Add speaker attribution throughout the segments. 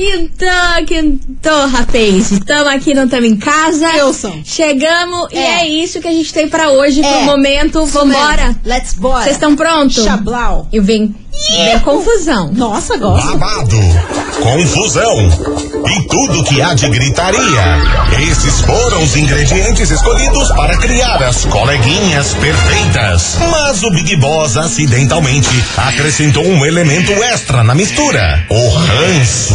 Speaker 1: Então, quinto, rapaz. Estamos aqui, não estamos em casa.
Speaker 2: Wilson.
Speaker 1: Chegamos e
Speaker 2: É.
Speaker 1: é isso que a gente tem pra hoje, pro
Speaker 2: É.
Speaker 1: momento. Vambora.
Speaker 2: Let's bora.
Speaker 1: Vocês estão prontos?
Speaker 2: Chablau.
Speaker 1: E vem. Vem a confusão.
Speaker 2: Nossa, gosto.
Speaker 3: Babado, confusão e tudo que há de gritaria. Esses foram os ingredientes escolhidos para criar as coleguinhas perfeitas. Mas o Big Boss acidentalmente acrescentou um elemento extra na mistura: o ranço.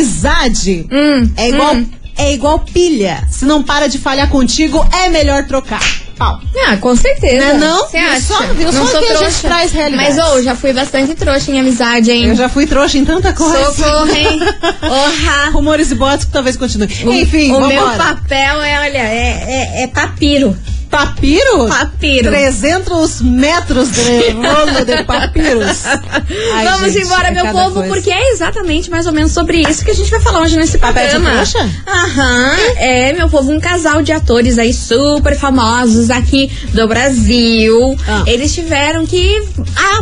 Speaker 2: Amizade
Speaker 1: Hum,
Speaker 2: é igual
Speaker 1: hum.
Speaker 2: é igual pilha. Se não para de falhar contigo, é melhor trocar. Pau.
Speaker 1: Ah, com certeza.
Speaker 2: Né, não?
Speaker 1: Você
Speaker 2: Viu
Speaker 1: acha?
Speaker 2: só? Viu
Speaker 1: não
Speaker 2: só
Speaker 1: sou
Speaker 2: que a gente
Speaker 1: trouxa.
Speaker 2: traz realidade.
Speaker 1: Mas ou já fui bastante trouxa em amizade, hein?
Speaker 2: Eu já fui trouxa em tanta coisa.
Speaker 1: Socorro, hein? Orra.
Speaker 2: Rumores e boatos que talvez continue. Enfim,
Speaker 1: o
Speaker 2: vambora.
Speaker 1: meu papel é, olha, é, é, é papiro.
Speaker 2: Papiro?
Speaker 1: Papiro.
Speaker 2: 300 metros de rolo de papiros. Ai,
Speaker 1: Vamos
Speaker 2: gente,
Speaker 1: embora,
Speaker 2: é
Speaker 1: meu
Speaker 2: cada
Speaker 1: povo,
Speaker 2: coisa.
Speaker 1: porque é exatamente mais ou menos sobre isso que a gente vai falar hoje nesse
Speaker 2: Papel de
Speaker 1: programa.
Speaker 2: trouxa?
Speaker 1: Aham, é, meu povo, um casal de atores aí super famosos aqui do Brasil.
Speaker 2: Ah.
Speaker 1: Eles tiveram que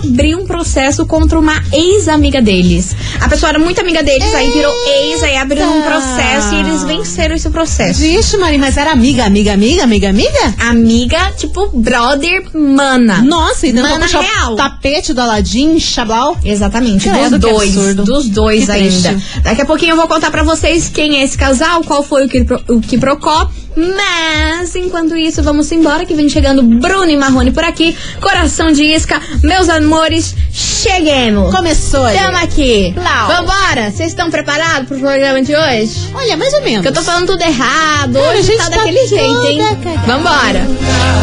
Speaker 1: abrir um processo contra uma ex-amiga deles. A pessoa era muito amiga deles, aí virou ex, aí abriram um
Speaker 2: Eita.
Speaker 1: processo e eles venceram esse processo.
Speaker 2: Vixe, Mari, mas era amiga, amiga, amiga, amiga, amiga?
Speaker 1: Amiga, tipo brother, mana.
Speaker 2: Nossa, e não
Speaker 1: Mana
Speaker 2: puxar
Speaker 1: real.
Speaker 2: o tapete do Aladim, Xablau.
Speaker 1: Exatamente,
Speaker 2: Credo,
Speaker 1: dos
Speaker 2: que
Speaker 1: dois.
Speaker 2: absurdo.
Speaker 1: Dos dois
Speaker 2: Que triste.
Speaker 1: ainda. Daqui a pouquinho eu vou contar pra vocês quem é esse casal, qual foi o que, o que procó. Mas, enquanto isso, vamos embora que vem chegando Bruno e Marrone por aqui. Coração de isca, meus amores, cheguemos.
Speaker 2: Começou aí.
Speaker 1: Tamo aqui.
Speaker 2: Lau.
Speaker 1: Vambora, vocês estão preparados pro programa de hoje?
Speaker 2: Olha, mais ou menos.
Speaker 1: Que eu tô falando tudo errado,
Speaker 2: Cara, a
Speaker 1: hoje
Speaker 2: gente
Speaker 1: tá
Speaker 2: tá
Speaker 1: daquele jeito, hein?
Speaker 2: toda cagada.
Speaker 1: Vambora.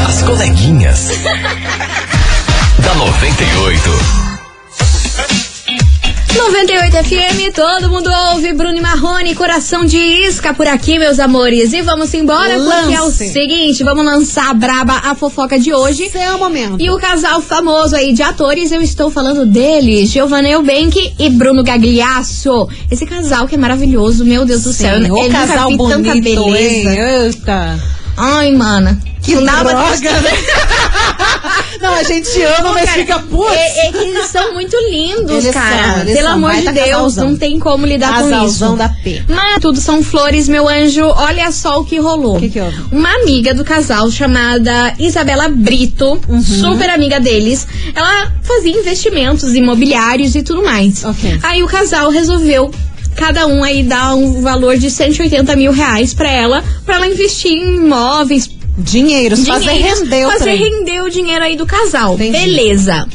Speaker 4: As coleguinhas. da 98.
Speaker 1: 98 FM, todo mundo ouve Bruno e Marrone, coração de isca por aqui, meus amores. E vamos embora, porque é o
Speaker 2: Lance.
Speaker 1: seguinte: vamos lançar a braba a fofoca de hoje.
Speaker 2: Esse é o momento.
Speaker 1: E o casal famoso aí de atores, eu estou falando deles, Giovanna Eubank e Bruno Gagliasso. Esse casal que é maravilhoso, meu Deus do céu.
Speaker 2: Sim,
Speaker 1: eu,
Speaker 2: o
Speaker 1: eu
Speaker 2: casal
Speaker 1: nunca vi
Speaker 2: bonito,
Speaker 1: tanta beleza.
Speaker 2: hein? Eita.
Speaker 1: Ai, mana.
Speaker 2: Que
Speaker 1: Não dá uma
Speaker 2: droga, né? Não, a gente ama, mas fica putz.
Speaker 1: É, é que eles são muito lindos,
Speaker 2: Eles
Speaker 1: cara.
Speaker 2: são, eles
Speaker 1: Pelo
Speaker 2: são.
Speaker 1: amor de
Speaker 2: Baita
Speaker 1: Deus,
Speaker 2: casalzão.
Speaker 1: não tem como lidar
Speaker 2: Casalzão
Speaker 1: com isso.
Speaker 2: da P.
Speaker 1: Mas é tudo são flores, meu anjo. Olha só o que rolou.
Speaker 2: Que que houve?
Speaker 1: Uma amiga do casal chamada Isabela Brito,
Speaker 2: Uhum.
Speaker 1: super amiga deles, ela fazia investimentos imobiliários e tudo mais.
Speaker 2: Ok.
Speaker 1: Aí o casal resolveu cada um aí dar um valor de 180 mil reais pra ela, pra ela investir em imóveis,
Speaker 2: Dinheiros, fazer
Speaker 1: dinheiros,
Speaker 2: render o
Speaker 1: fazer
Speaker 2: trem.
Speaker 1: render o dinheiro aí do casal.
Speaker 2: Entendi.
Speaker 1: Beleza.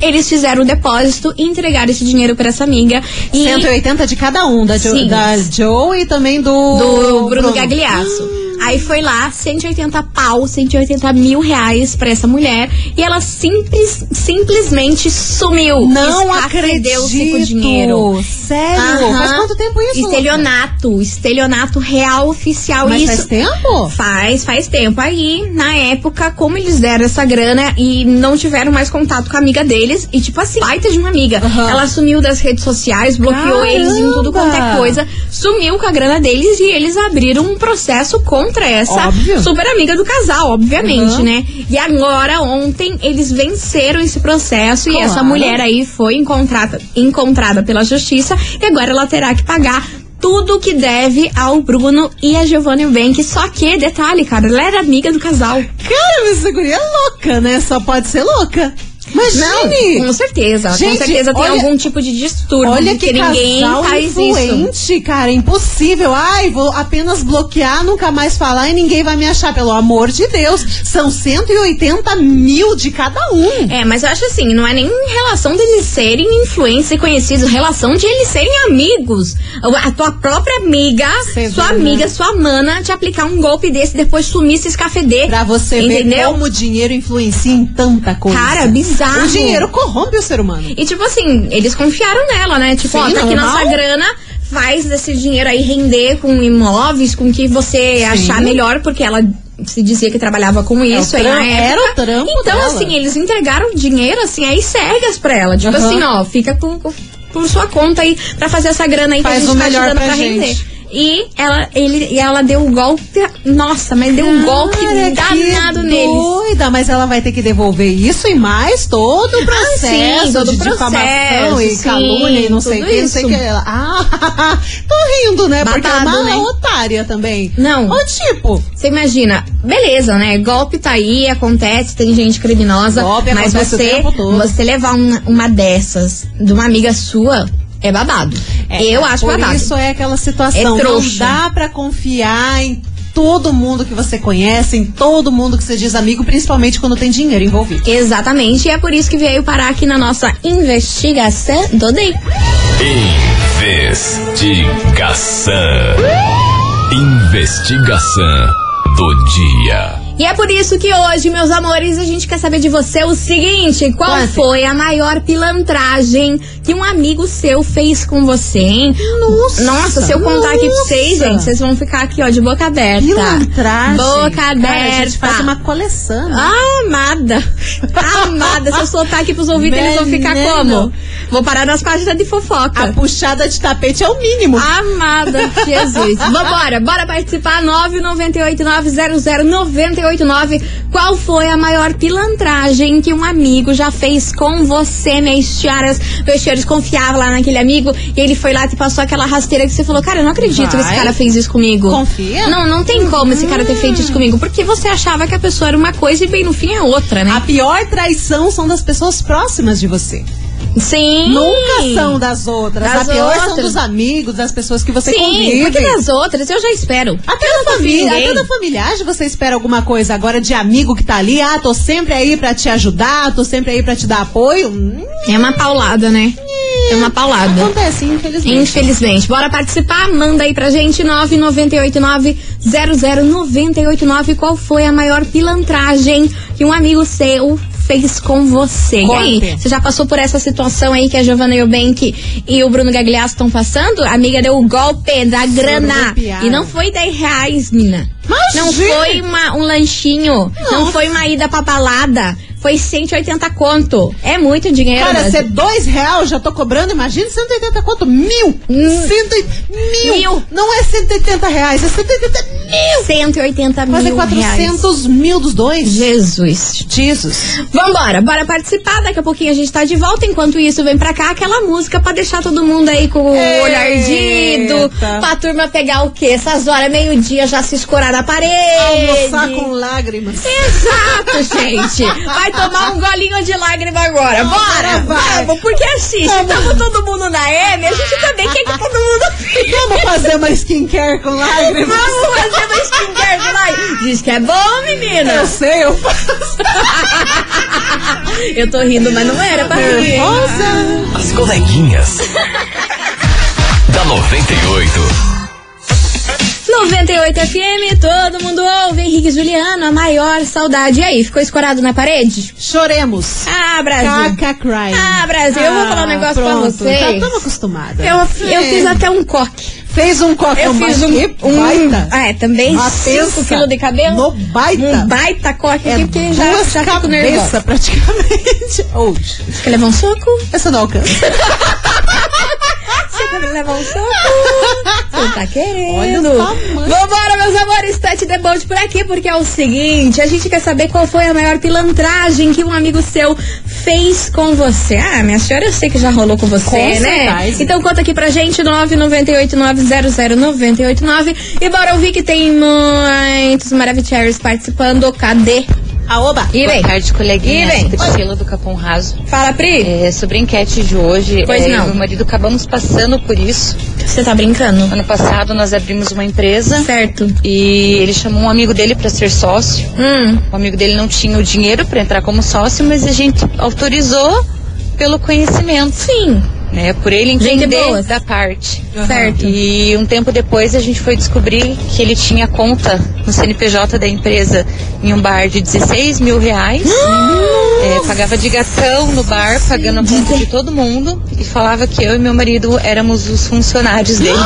Speaker 1: Eles fizeram o depósito e entregaram esse dinheiro pra essa amiga. E
Speaker 2: 180 de cada um, da, jo,
Speaker 1: Sim.
Speaker 2: da Joe e também do...
Speaker 1: do Bruno, Gagliasso. Aí foi lá, 180 pau, 180 mil reais pra essa mulher. E ela simples, simplesmente sumiu.
Speaker 2: Não acredito.
Speaker 1: Escafedeu-se com o dinheiro.
Speaker 2: Sério?
Speaker 1: Aham.
Speaker 2: Faz quanto tempo isso? Luca?
Speaker 1: Estelionato. Estelionato real oficial.
Speaker 2: Mas
Speaker 1: isso
Speaker 2: faz tempo?
Speaker 1: Faz, faz tempo. Aí, na época, como eles deram essa grana e não tiveram mais contato com a amiga deles, e tipo assim, baita de uma amiga.
Speaker 2: Aham.
Speaker 1: Ela sumiu das redes sociais, bloqueou
Speaker 2: Caramba!
Speaker 1: eles em tudo quanto é coisa, sumiu com a grana deles e eles abriram um processo contra Andressa,
Speaker 2: Óbvio.
Speaker 1: super amiga do casal, obviamente,
Speaker 2: Uhum.
Speaker 1: né? E agora, ontem, eles venceram esse processo e
Speaker 2: Claro.
Speaker 1: essa mulher aí foi encontrada, encontrada pela justiça e agora ela terá que pagar tudo que deve ao Bruno e a Giovanni Bank. Só que, detalhe, cara, ela era amiga do casal.
Speaker 2: Cara, mas essa guria é louca, né? Só pode ser louca. Imagine!
Speaker 1: com certeza. com
Speaker 2: Gente,
Speaker 1: certeza tem
Speaker 2: olha-
Speaker 1: algum tipo de distúrbio.
Speaker 2: Olha que
Speaker 1: porque ninguém
Speaker 2: casal
Speaker 1: faz isso.
Speaker 2: influente, cara, impossível. Ai, vou apenas bloquear, nunca mais falar e ninguém vai me achar, pelo amor de Deus. São 180 mil de cada um.
Speaker 1: É, mas eu acho assim, não é nem em relação deles serem influentes e conhecidos, relação de eles serem amigos. A tua própria amiga,
Speaker 2: Você
Speaker 1: sua
Speaker 2: vê, né?
Speaker 1: amiga, sua mana, te aplicar um golpe desse depois sumir se escafeder.
Speaker 2: Pra você ver
Speaker 1: entendeu?
Speaker 2: como o dinheiro influencia em tanta coisa.
Speaker 1: Cara, bizarro.
Speaker 2: O dinheiro corrompe o ser humano.
Speaker 1: E tipo assim, eles confiaram nela, né? Tipo,
Speaker 2: Sim,
Speaker 1: ó, tá aqui
Speaker 2: normal.
Speaker 1: nossa grana, faz esse dinheiro aí render com imóveis, com o que você achar melhor, porque ela se dizia que trabalhava com isso aí
Speaker 2: tram-
Speaker 1: na época.
Speaker 2: era o É, trampo
Speaker 1: Então,
Speaker 2: dela.
Speaker 1: assim, eles entregaram o dinheiro, assim, aí cegas pra ela. Tipo
Speaker 2: Aham.
Speaker 1: assim, ó, fica com, com- por sua conta aí pra fazer essa grana aí
Speaker 2: Faz
Speaker 1: que a
Speaker 2: o
Speaker 1: gente tá te
Speaker 2: melhor
Speaker 1: dando
Speaker 2: pra
Speaker 1: pra
Speaker 2: gente.
Speaker 1: render. E ela, ele, e ela deu um golpe. Nossa, mas deu um golpe
Speaker 2: Cara,
Speaker 1: danado
Speaker 2: que
Speaker 1: neles.
Speaker 2: Doida, mas ela vai ter que devolver isso e mais todo o processo
Speaker 1: Ah, sim, tá todo
Speaker 2: de
Speaker 1: o processo,
Speaker 2: difamação e
Speaker 1: sim,
Speaker 2: calúnia e não sei o
Speaker 1: tudo
Speaker 2: que, não sei o que.
Speaker 1: isso.
Speaker 2: Ela, ah, tô rindo, né? Porque é
Speaker 1: Babado,
Speaker 2: uma
Speaker 1: né?
Speaker 2: otária também.
Speaker 1: Não.
Speaker 2: Ô, tipo,
Speaker 1: Você imagina, beleza, né? Golpe tá aí, acontece, tem gente criminosa.
Speaker 2: Golpe
Speaker 1: mas
Speaker 2: acontece o
Speaker 1: você,
Speaker 2: tempo todo.
Speaker 1: você levar um- uma dessas de uma amiga sua é babado. Eu acho
Speaker 2: por
Speaker 1: babado.
Speaker 2: isso é aquela situação.
Speaker 1: É
Speaker 2: não
Speaker 1: trouxa.
Speaker 2: dá pra confiar em todo mundo que você conhece, em todo mundo que você diz amigo, principalmente quando tem dinheiro envolvido.
Speaker 1: Exatamente, e é por isso que veio parar aqui na nossa investigação do DEI.
Speaker 4: Investigação. Investigação do dia.
Speaker 1: E é por isso que hoje, meus amores, a gente quer saber de você o seguinte: qual
Speaker 2: Quase.
Speaker 1: foi a maior pilantragem que um amigo seu fez com você, hein?
Speaker 2: Nossa,
Speaker 1: Nossa, se eu contar aqui pra vocês,
Speaker 2: nossa.
Speaker 1: gente, vocês vão ficar aqui, ó, de boca aberta.
Speaker 2: Pilantragem.
Speaker 1: Boca aberta.
Speaker 2: Cara, a gente faz uma coleção. né?
Speaker 1: Amada! Amada! Se eu soltar aqui pros ouvidos, eles vão ficar
Speaker 2: Menino.
Speaker 1: como? Vou parar nas páginas de fofoca.
Speaker 2: A puxada de tapete é o mínimo.
Speaker 1: Amada Jesus. Vambora, bora participar. 998-900-989. Qual foi a maior pilantragem que um amigo já fez com você, Meistiaras? Meistiaras confiava lá naquele amigo e ele foi lá e te passou aquela rasteira que você falou: Cara, eu não acredito que esse
Speaker 2: Vai.
Speaker 1: cara fez isso comigo.
Speaker 2: Confia. Hum.
Speaker 1: Não, não tem como esse cara ter feito isso comigo. Porque você achava que a pessoa era uma coisa e bem no fim é outra,
Speaker 2: A
Speaker 1: né?
Speaker 2: pior traição são das pessoas próximas de você.
Speaker 1: Sim.
Speaker 2: Nunca são das outras.
Speaker 1: Das
Speaker 2: a pior são
Speaker 1: outras.
Speaker 2: dos amigos, das pessoas que você
Speaker 1: Sim,
Speaker 2: convive.
Speaker 1: porque das outras eu já espero.
Speaker 2: Até
Speaker 1: Eu não
Speaker 2: da
Speaker 1: confio em
Speaker 2: família,
Speaker 1: ninguém.
Speaker 2: até da familiagem você espera alguma coisa agora de amigo que tá ali, ah, tô sempre aí pra te ajudar, tô sempre aí pra te dar apoio. Hum,
Speaker 1: É uma paulada, né? É uma paulada.
Speaker 2: acontece, infelizmente.
Speaker 1: Infelizmente. Bora participar? Manda aí pra gente, 998900989. Qual foi a maior pilantragem que um amigo seu fez com você? E aí,
Speaker 2: Conte.
Speaker 1: você já passou por essa situação aí que a Giovanna Eubank e o Bruno Gagliasso estão passando? A amiga deu o golpe da grana.
Speaker 2: Surrupiaram.
Speaker 1: E não foi 10 reais, mina.
Speaker 2: Imagina!
Speaker 1: Não foi uma- um lanchinho. Não foi uma ida pra balada. Foi 180 conto. É muito dinheiro.
Speaker 2: Cara,
Speaker 1: Brasil.
Speaker 2: se é dois reais, já tô cobrando, imagina 180 quanto? Mil!
Speaker 1: Hum.
Speaker 2: Cento e- mil!
Speaker 1: Mil.
Speaker 2: Não é 180 reais, é 180 mil!
Speaker 1: 180
Speaker 2: Quase
Speaker 1: mil
Speaker 2: 400
Speaker 1: reais.
Speaker 2: mil dos dois.
Speaker 1: Jesus.
Speaker 2: Jesus.
Speaker 1: Vambora, bora participar. Daqui a pouquinho a gente tá de volta. Enquanto isso, vem pra cá aquela música pra deixar todo mundo aí com o olho ardido.
Speaker 2: Eita.
Speaker 1: Pra turma pegar o quê? Essas horas, meio-dia, já se escorar na parede.
Speaker 2: Almoçar com lágrimas.
Speaker 1: Exato, gente. Vai tomar um golinho de lágrima agora. Bora,
Speaker 2: agora vai.
Speaker 1: vamos. Porque assim, se tamo todo mundo na M, a gente também quer que todo mundo
Speaker 2: Vamos fazer uma skincare com lágrimas?
Speaker 1: Vamos fazer uma skincare de lágrimas. Diz que é bom, menina.
Speaker 2: Eu sei, eu faço.
Speaker 1: Eu tô rindo, mas não era pra rir.
Speaker 2: Nervosa.
Speaker 4: As coleguinhas. da 98.
Speaker 1: 98 FM, todo mundo ouve. Henrique e Juliano, a maior saudade. E aí, ficou escorado na parede?
Speaker 2: Choremos.
Speaker 1: Ah, Brasil.
Speaker 2: Caca crying.
Speaker 1: Ah, Brasil, eu vou falar um negócio pra
Speaker 2: pronto. Tá
Speaker 1: vocês.
Speaker 2: Já estamos acostumados.
Speaker 1: Eu,
Speaker 2: É.
Speaker 1: eu fiz até um coque.
Speaker 2: Fez um coque.
Speaker 1: Eu fiz um. um
Speaker 2: baita.
Speaker 1: é, também
Speaker 2: Uma
Speaker 1: 5
Speaker 2: pensa
Speaker 1: quilos de cabelo.
Speaker 2: no baita.
Speaker 1: Um baita coque
Speaker 2: É
Speaker 1: aqui, porque já,
Speaker 2: duas
Speaker 1: já fico nervosa.
Speaker 2: cabeça praticamente. Hoje.
Speaker 1: Quer levar um soco?
Speaker 2: Essa não alcança.
Speaker 1: Você quer levar um soco? Você tá querendo.
Speaker 2: Olha o tamanho.
Speaker 1: Vambora, meus amores, Tati Debold por aqui, porque é o seguinte, a gente quer saber qual foi a maior pilantragem que um amigo seu fez com você. Ah, minha senhora, eu sei que já rolou com você,
Speaker 2: Com
Speaker 1: né?
Speaker 2: certeza.
Speaker 1: Então conta aqui pra gente, 998900989. E bora ouvir que tem muitos maravilhosos participando. Cadê?
Speaker 2: A Ah, oba.
Speaker 1: E vem.
Speaker 5: Boa tarde,
Speaker 1: E vem.
Speaker 5: coleguinha. Priscila É, do Capão Raso.
Speaker 1: Fala, Pri.
Speaker 5: É, sobre a enquete de hoje,
Speaker 1: Pois
Speaker 5: é, eu
Speaker 1: não.
Speaker 5: e meu marido acabamos passando por isso.
Speaker 1: Você tá brincando?
Speaker 5: Ano passado nós abrimos uma empresa
Speaker 1: Certo.
Speaker 5: e ele chamou um amigo dele para ser sócio.
Speaker 1: Hum.
Speaker 5: O amigo dele não tinha o dinheiro para entrar como sócio, mas a gente autorizou pelo conhecimento,
Speaker 1: Sim.
Speaker 5: né? Por ele
Speaker 1: Gente
Speaker 5: entender
Speaker 1: boas.
Speaker 5: da parte.
Speaker 1: Certo.
Speaker 5: E um tempo depois a gente foi descobrir que ele tinha conta no CNPJ da empresa em um bar de 16 mil reais. É, pagava de gatão no bar, pagando a conta de todo mundo. E falava que eu e meu marido éramos os funcionários dele.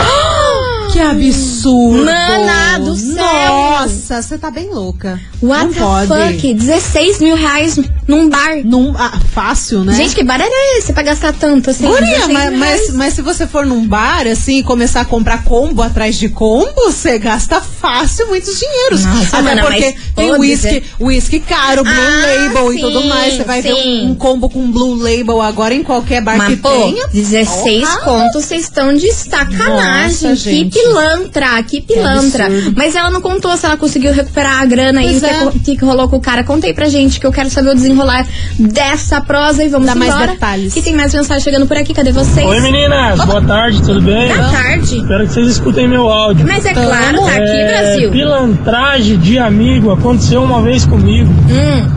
Speaker 2: Que absurdo.
Speaker 1: Mana do céu.
Speaker 2: Nossa, você tá bem louca.
Speaker 1: What
Speaker 2: não
Speaker 1: the
Speaker 2: pode.
Speaker 1: fuck? 16 mil reais num bar.
Speaker 2: Num, ah, fácil, né?
Speaker 1: Gente, que bar era esse pra gastar tanto assim?
Speaker 2: Guria,
Speaker 1: 16
Speaker 2: mas,
Speaker 1: mil
Speaker 2: mas,
Speaker 1: reais.
Speaker 2: mas se você for num bar, assim, e começar a comprar combo atrás de combo, você gasta fácil muitos dinheiros.
Speaker 1: Nossa,
Speaker 2: Até
Speaker 1: mana,
Speaker 2: porque
Speaker 1: mas
Speaker 2: tem
Speaker 1: todos,
Speaker 2: whisky,
Speaker 1: é?
Speaker 2: whisky caro, Blue
Speaker 1: Ah,
Speaker 2: Label e
Speaker 1: sim,
Speaker 2: tudo mais. Você vai ver
Speaker 1: sim.
Speaker 2: um, um combo com Blue Label agora em qualquer bar que
Speaker 1: Mas, pô,
Speaker 2: tenha.
Speaker 1: 16
Speaker 2: Porra.
Speaker 1: contos, vocês estão de sacanagem.
Speaker 2: Nossa,
Speaker 1: que
Speaker 2: gente.
Speaker 1: pilantra, que pilantra.
Speaker 2: absurdo.
Speaker 1: Mas ela não contou se ela conseguiu recuperar a grana e
Speaker 2: Pois
Speaker 1: o que,
Speaker 2: é.
Speaker 1: o que rolou com o cara. Contei pra gente que eu quero saber o desenrolar dessa prosa e vamos
Speaker 2: Dá mais
Speaker 1: embora.
Speaker 2: detalhes.
Speaker 1: Que tem mais mensagem chegando por aqui, cadê vocês?
Speaker 6: Oi meninas, boa tarde, tudo bem?
Speaker 1: Boa tarde.
Speaker 6: Espero que vocês escutem meu áudio.
Speaker 1: Mas é claro, tá aqui,
Speaker 6: É,
Speaker 1: Brasil.
Speaker 6: Pilantragem de amigo aconteceu uma vez comigo,
Speaker 1: Hum.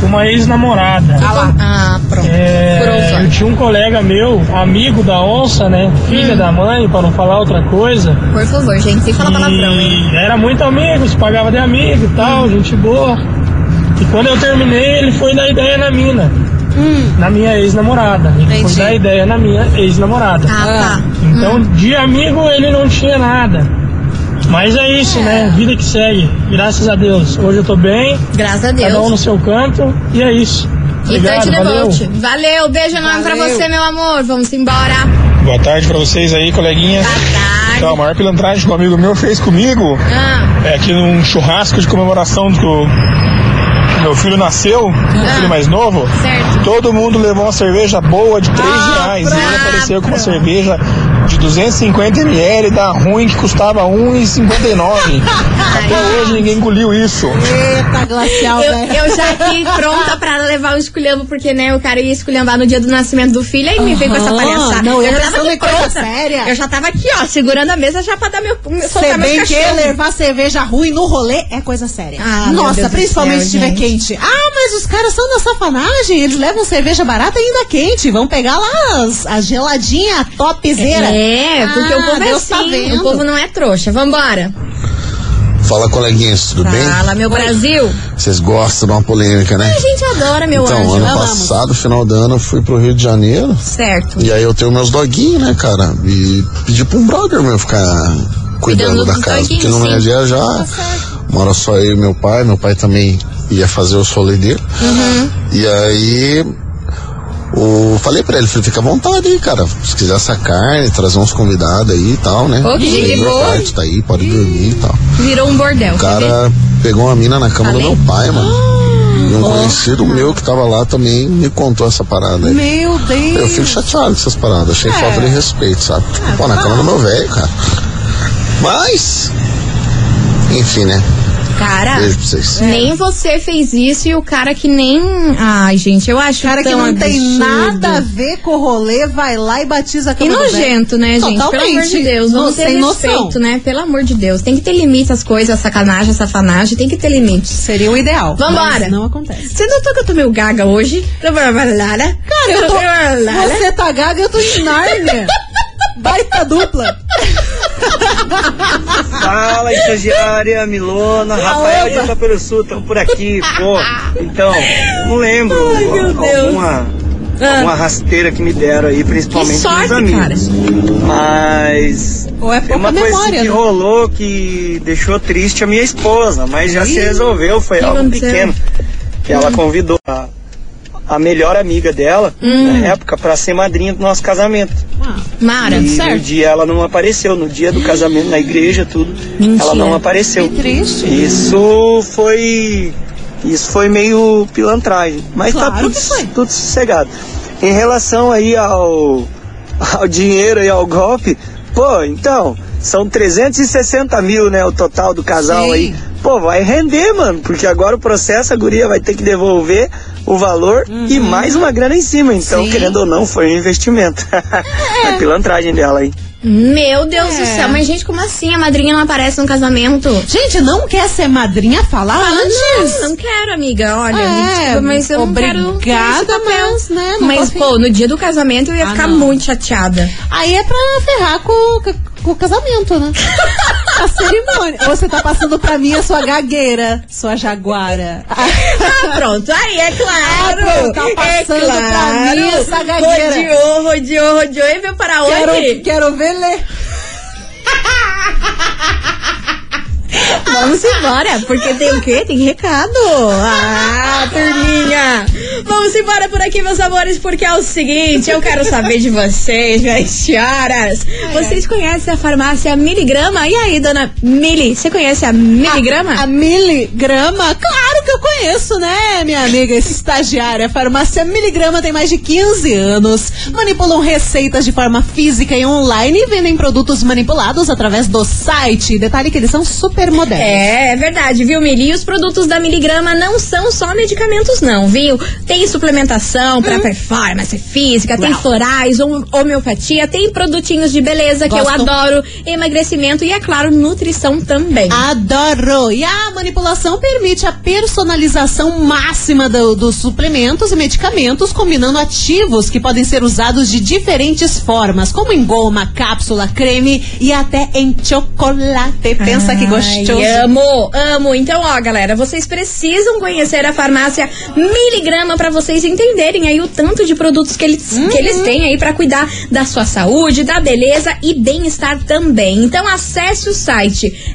Speaker 6: com uma ex-namorada.
Speaker 1: Ah, pronto.
Speaker 6: É,
Speaker 1: Grosso.
Speaker 6: eu tinha um colega meu, amigo da onça, né? Filha da mãe, pra não falar outra coisa.
Speaker 1: Hum. Por favor, gente, sem falar palavrão, hein? Hum.
Speaker 6: E era muito amigo, se pagava de amigo e tal, gente boa. E quando eu terminei, ele foi dar ideia na mina.
Speaker 1: Hum.
Speaker 6: Na minha ex-namorada. Ele
Speaker 2: Entendi.
Speaker 6: foi dar ideia na minha ex-namorada.
Speaker 1: Ah, tá.
Speaker 6: Então, de amigo ele não tinha nada. Mas é isso, né? Vida que segue. Graças a Deus. Hoje eu tô bem,
Speaker 1: Graças a
Speaker 6: cada um no
Speaker 1: Deus.
Speaker 6: seu canto, e é isso.
Speaker 1: E Tante
Speaker 6: Obrigado, valeu.
Speaker 1: Devolt. Valeu, beijo enorme pra
Speaker 2: Valeu.
Speaker 1: você, meu amor. Vamos embora.
Speaker 7: Boa tarde pra vocês aí, coleguinhas.
Speaker 1: Boa tarde.
Speaker 7: Então, a maior pilantragem que um amigo meu fez comigo
Speaker 1: Ah,
Speaker 7: é aqui num churrasco de comemoração do que o- que meu filho nasceu, meu filho mais novo.
Speaker 1: Ah. certo.
Speaker 7: Todo mundo levou uma cerveja boa de 3
Speaker 2: Ah,
Speaker 7: reais e ele
Speaker 1: pra-
Speaker 7: apareceu com uma
Speaker 1: pra-
Speaker 7: cerveja de 250ml da ruim que custava 1,59. Até hoje ninguém engoliu isso.
Speaker 2: Eita, glacial, né?
Speaker 1: Eu,
Speaker 2: velho.
Speaker 1: eu já aqui pronta pra levar o esculhambo, porque né, o cara ia esculhambar no dia do nascimento do filho, aí me veio com essa
Speaker 2: Aham.
Speaker 1: palhaçada.
Speaker 2: Não, eu
Speaker 1: já
Speaker 2: pensando
Speaker 1: aqui
Speaker 2: em coisa séria.
Speaker 1: Eu já tava aqui, ó, segurando a mesa já pra dar meu,
Speaker 2: Se
Speaker 1: soltar meus
Speaker 2: bem que
Speaker 1: cachorros.
Speaker 2: levar cerveja ruim no rolê é coisa séria.
Speaker 1: Ah, meu Deus
Speaker 2: Nossa,
Speaker 1: do
Speaker 2: principalmente
Speaker 1: céu,
Speaker 2: se estiver
Speaker 1: gente.
Speaker 2: quente. Ah, mas os caras são da safanagem, eles levam cerveja barata e ainda quente. Vão pegar lá as, a geladinha a topzera.
Speaker 1: É, porque
Speaker 2: Ah,
Speaker 1: o povo
Speaker 2: Deus
Speaker 1: é
Speaker 2: tá
Speaker 1: assim,
Speaker 2: vendo.
Speaker 1: o povo não é trouxa. Vambora.
Speaker 8: Fala coleguinhas, tudo bem?
Speaker 1: Fala, meu Brasil.
Speaker 8: Vocês gostam de uma polêmica, né?
Speaker 1: A gente adora, meu
Speaker 8: Então,
Speaker 1: anjo.
Speaker 8: ano
Speaker 1: Vamos.
Speaker 8: passado, final do ano, eu fui pro Rio de Janeiro.
Speaker 1: Certo.
Speaker 8: E aí eu tenho meus doguinhos, né, cara? E pedi pra um brother meu ficar
Speaker 1: Cuidando
Speaker 8: cuidando da
Speaker 1: dos
Speaker 8: casa. Porque não
Speaker 1: doguinhos,
Speaker 8: ia
Speaker 1: sim. Tá
Speaker 8: viajar. Mora só eu e meu pai. Meu pai também ia fazer o solo dele.
Speaker 1: Uhum.
Speaker 8: E aí. O, falei pra ele, falei, fica à vontade aí, cara. Se quiser essa carne, trazer uns convidados aí e tal, né?
Speaker 1: Ô, que gente
Speaker 8: meu
Speaker 1: boa.
Speaker 8: pai tá aí, pode dormir e tal.
Speaker 1: Virou um bordel.
Speaker 8: O cara pegou uma mina na cama
Speaker 1: Falei.
Speaker 8: do meu pai, mano.
Speaker 2: Ah!
Speaker 8: E um conhecido meu que tava lá também me contou essa parada aí.
Speaker 2: Meu Deus.
Speaker 8: Eu fico chateado com essas paradas, achei
Speaker 2: É. Ah,
Speaker 8: falta de respeito, sabe? Tipo, pô, na cama do meu velho, cara. Mas, enfim, né?
Speaker 1: Cara.
Speaker 8: Beijo pra vocês.
Speaker 1: Nem você fez isso e o cara que nem. Ai, gente, eu acho
Speaker 2: cara que
Speaker 1: tão
Speaker 2: não tem
Speaker 1: absurdo.
Speaker 2: nada a ver com o rolê, vai lá e batiza a
Speaker 1: E
Speaker 2: cama do
Speaker 1: nojento, né, gente?
Speaker 2: Tá
Speaker 1: Pelo amor de
Speaker 2: Totalmente.
Speaker 1: Deus. Vamos
Speaker 2: No-
Speaker 1: ter
Speaker 2: sem
Speaker 1: respeito,
Speaker 2: noção.
Speaker 1: né? Pelo amor de Deus. Tem que ter limite as coisas, sacanagem, safanagem. Tem que ter limite.
Speaker 2: Seria o ideal.
Speaker 1: Vambora.
Speaker 2: Mas não acontece.
Speaker 1: Você notou que eu tô meio gaga hoje? Cara,
Speaker 2: Cara, eu tô. Você tá gaga, eu tô em Nárnia. Baita dupla.
Speaker 9: Fala, estagiária Milona, Rafael de Itapelo Sul, estamos por aqui, pô. Então, não lembro
Speaker 1: Ai, meu
Speaker 9: alguma,
Speaker 1: Ah.
Speaker 9: alguma rasteira que me deram aí, principalmente
Speaker 1: Que sorte,
Speaker 9: dos amigos. Mas
Speaker 2: Ou é
Speaker 9: tem
Speaker 2: pouca
Speaker 9: uma coisa
Speaker 2: memória,
Speaker 9: que
Speaker 2: né?
Speaker 9: rolou que deixou triste a minha esposa, mas já se resolveu, foi
Speaker 1: que
Speaker 9: algo
Speaker 1: aconteceu? Hum.
Speaker 9: pequeno. Que ela convidou a, a melhor amiga dela
Speaker 1: Hum.
Speaker 9: na época pra ser madrinha do nosso casamento.
Speaker 1: Mara,
Speaker 9: e no
Speaker 1: certo?
Speaker 9: dia ela não apareceu, no dia do casamento, na igreja, tudo,
Speaker 1: Mentira.
Speaker 9: ela não apareceu.
Speaker 2: Que triste.
Speaker 9: Isso foi. Isso foi meio pilantragem. Mas tá
Speaker 2: Claro
Speaker 9: tudo,
Speaker 2: que foi.
Speaker 9: tudo sossegado. Em relação aí ao, ao dinheiro e ao golpe, pô, então, são 360 mil, né, o total do casal
Speaker 2: Sim.
Speaker 9: aí. Pô, vai render, mano, porque agora o processo, a guria vai ter que devolver o valor e mais uma grana em cima. Então,
Speaker 2: Sim.
Speaker 9: querendo ou não, foi um investimento. a pilantragem dela aí.
Speaker 1: Meu Deus
Speaker 2: É.
Speaker 1: do céu, mas gente, como assim? A madrinha não aparece no casamento? Ah,
Speaker 2: Gente, não quer ser madrinha? Fala antes.
Speaker 1: Não, não quero, amiga. Olha,
Speaker 2: É,
Speaker 1: me desculpa, mas eu não quero.
Speaker 2: obrigada, mas, né, não
Speaker 1: mas,
Speaker 2: tô
Speaker 1: pô, no dia do casamento eu ia
Speaker 2: Ah,
Speaker 1: ficar
Speaker 2: não.
Speaker 1: muito chateada.
Speaker 2: Aí é pra ferrar com, com o casamento, né? A cerimônia. Ou Você tá passando pra mim a sua gagueira, sua jaguara.
Speaker 1: Ah, pronto. Aí, é claro. é
Speaker 2: Ah, pronto, tá passando pra mim essa gagueira.
Speaker 1: Rodeou, rodeou, rodeou e veio para onde?
Speaker 2: Quero, quero ver ler.
Speaker 1: Vamos embora, porque tem o quê? Tem recado. Ah, turminha. Vamos embora por aqui, meus amores, porque é o seguinte, eu quero saber de vocês, minhas tiaras. Vocês conhecem a farmácia Miligrama? E aí, dona Mili, você conhece a Miligrama?
Speaker 2: A miligrama? Claro que eu conheço, né, minha amiga? Esse estagiária. A farmácia Miligrama tem mais de 15 anos. Manipulam receitas de forma física e online e vendem produtos manipulados através do site. Detalhe que eles são super modernos.
Speaker 1: É, é verdade, viu, Mili? E os produtos da Miligrama não são só medicamentos, não, viu? Tem suplementação pra performance física, tem florais, hom- homeopatia, tem produtinhos de beleza que eu
Speaker 2: Gosto.
Speaker 1: adoro, emagrecimento e, é claro, nutrição também.
Speaker 2: Adoro! E a manipulação permite a personalização máxima do- dos suplementos e medicamentos, combinando ativos que podem ser usados de diferentes formas, como em goma, cápsula, creme e é até em chocolate. Pensa que gostoso!
Speaker 1: Ai, amo, amo. Então, ó, galera, vocês precisam conhecer a farmácia Miligrama pra vocês entenderem aí o tanto de produtos que eles, que eles
Speaker 2: Uhum.
Speaker 1: têm aí pra cuidar da sua saúde, da beleza e bem-estar também. Então, acesse o site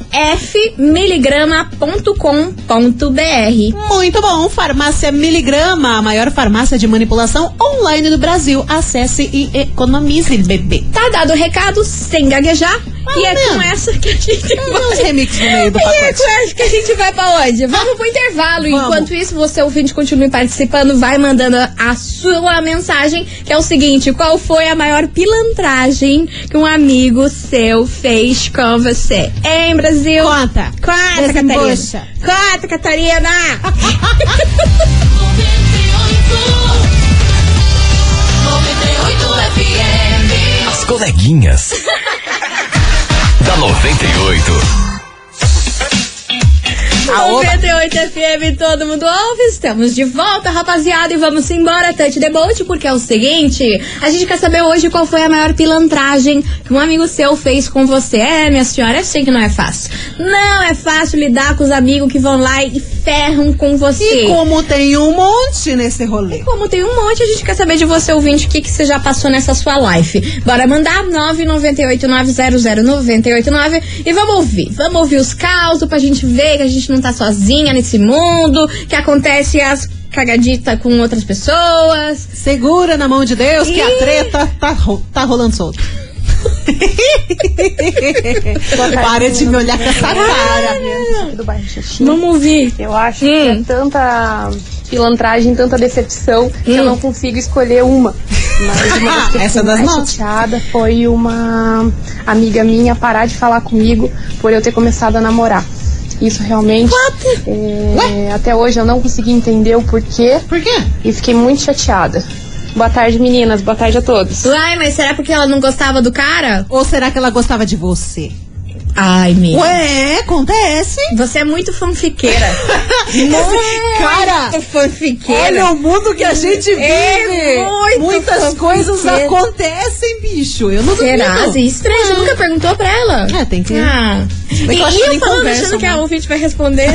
Speaker 1: fmiligrama.com.br.
Speaker 2: Muito bom, Farmácia Miligrama, a maior farmácia de manipulação online do Brasil. Acesse e economize, bebê.
Speaker 1: Tá dado o recado, sem gaguejar.
Speaker 2: Mais
Speaker 1: e
Speaker 2: ou
Speaker 1: é com
Speaker 2: menos.
Speaker 1: essa que a gente vai.
Speaker 2: uns remix no meio do
Speaker 1: E é
Speaker 2: pacote.
Speaker 1: com essa que a gente vai pra onde? Vamos pro intervalo.
Speaker 2: Vamos.
Speaker 1: Enquanto isso, você ouvinte continue participando, vai mandando a- a sua mensagem, que é o seguinte: qual foi a maior pilantragem que um amigo seu fez com você? Hein, Brasil?
Speaker 2: Conta.
Speaker 1: Conta,
Speaker 2: Desembucha.
Speaker 1: Catarina. Conta, Catarina.
Speaker 4: As coleguinhas. da 98.
Speaker 1: A 98 FM, todo mundo ouve. Estamos de volta, rapaziada, e vamos embora, Tante Debolt, porque é o seguinte: a gente quer saber hoje qual foi a maior pilantragem que um amigo seu fez com você. É, minha senhora, eu sei que não é fácil. Não é fácil lidar com os amigos que vão lá e ferram com você.
Speaker 2: E como tem um monte nesse rolê.
Speaker 1: Como tem um monte, a gente quer saber de você, ouvinte, o que, que você já passou nessa sua life. Bora mandar 998900989 e vamos ouvir. Vamos ouvir os causos pra gente ver que a gente não tá sozinha nesse mundo, que acontece as cagaditas com outras pessoas.
Speaker 2: Segura na mão de Deus que
Speaker 1: Ih.
Speaker 2: a treta tá, ro- tá rolando solto. Para de me olhar com
Speaker 1: Ah,
Speaker 2: essa cara.
Speaker 1: Vamos ouvir.
Speaker 10: Eu acho que
Speaker 1: Hum.
Speaker 10: é tanta pilantragem, tanta decepção, que eu não consigo escolher uma. Mas uma das que eu
Speaker 2: Hum. Essa
Speaker 10: fiquei
Speaker 2: é das
Speaker 10: mais
Speaker 2: nossas.
Speaker 10: chateada foi uma amiga minha parar de falar comigo por eu ter começado a namorar. Isso realmente. é, até hoje eu não consegui entender o porquê
Speaker 2: Por quê?
Speaker 10: e fiquei muito chateada. Boa tarde, meninas. Boa tarde a todos.
Speaker 1: Uai, mas será porque ela não gostava do cara?
Speaker 2: Ou será que ela gostava de você?
Speaker 1: Ai, meu.
Speaker 2: Ué, acontece.
Speaker 1: Você é muito fanfiqueira.
Speaker 2: Cara,
Speaker 1: muito fanfiqueira.
Speaker 2: Olha o mundo que a gente vive!
Speaker 1: É muito
Speaker 2: Muitas
Speaker 1: fanfiqueira.
Speaker 2: coisas acontecem, bicho. Eu não duvido.
Speaker 1: Será? Zé? Estranho, você nunca perguntou pra ela?
Speaker 2: É, tem que-
Speaker 1: Ah.
Speaker 2: que
Speaker 1: E,
Speaker 2: eu acho que
Speaker 1: e eu
Speaker 2: nem
Speaker 1: falando,
Speaker 2: conversa,
Speaker 1: achando que
Speaker 2: né?
Speaker 1: a ouvinte vai responder.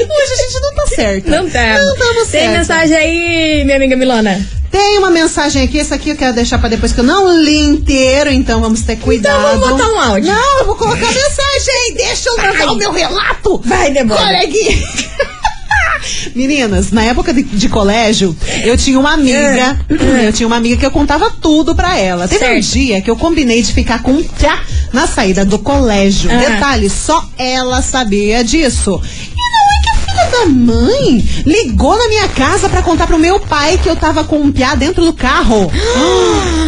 Speaker 2: Hoje a gente não tá certa.
Speaker 1: Não tá.
Speaker 2: Não estamos
Speaker 1: Tem
Speaker 2: certa.
Speaker 1: mensagem aí, minha amiga Milona.
Speaker 2: Tem uma mensagem aqui, essa aqui eu quero deixar pra depois que eu não li inteiro, então vamos ter cuidado.
Speaker 1: vamos botar um áudio. Tá
Speaker 2: Não, eu vou colocar mensagem, deixa eu mandar o meu relato.
Speaker 1: Vai, Débora.
Speaker 2: Coleguinha. Meninas, na época de, de colégio, eu tinha uma amiga.
Speaker 1: É.
Speaker 2: eu tinha uma amiga que eu contava tudo pra ela. Teve um dia que eu combinei de ficar com um tchá na saída do
Speaker 1: Ah.
Speaker 2: colégio. Detalhe, só ela sabia disso. E não é que a filha da mãe ligou na minha casa pra contar pro meu pai que eu tava com um piá dentro do carro.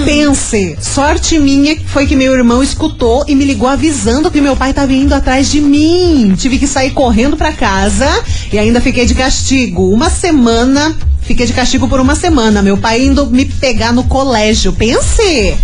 Speaker 2: Pense, sorte minha que foi que meu irmão escutou e me ligou avisando que meu pai tava indo atrás de mim. Tive que sair correndo pra casa e ainda fiquei de castigo. Uma semana, fiquei de castigo por uma semana. Meu pai indo me pegar no colégio. Pense.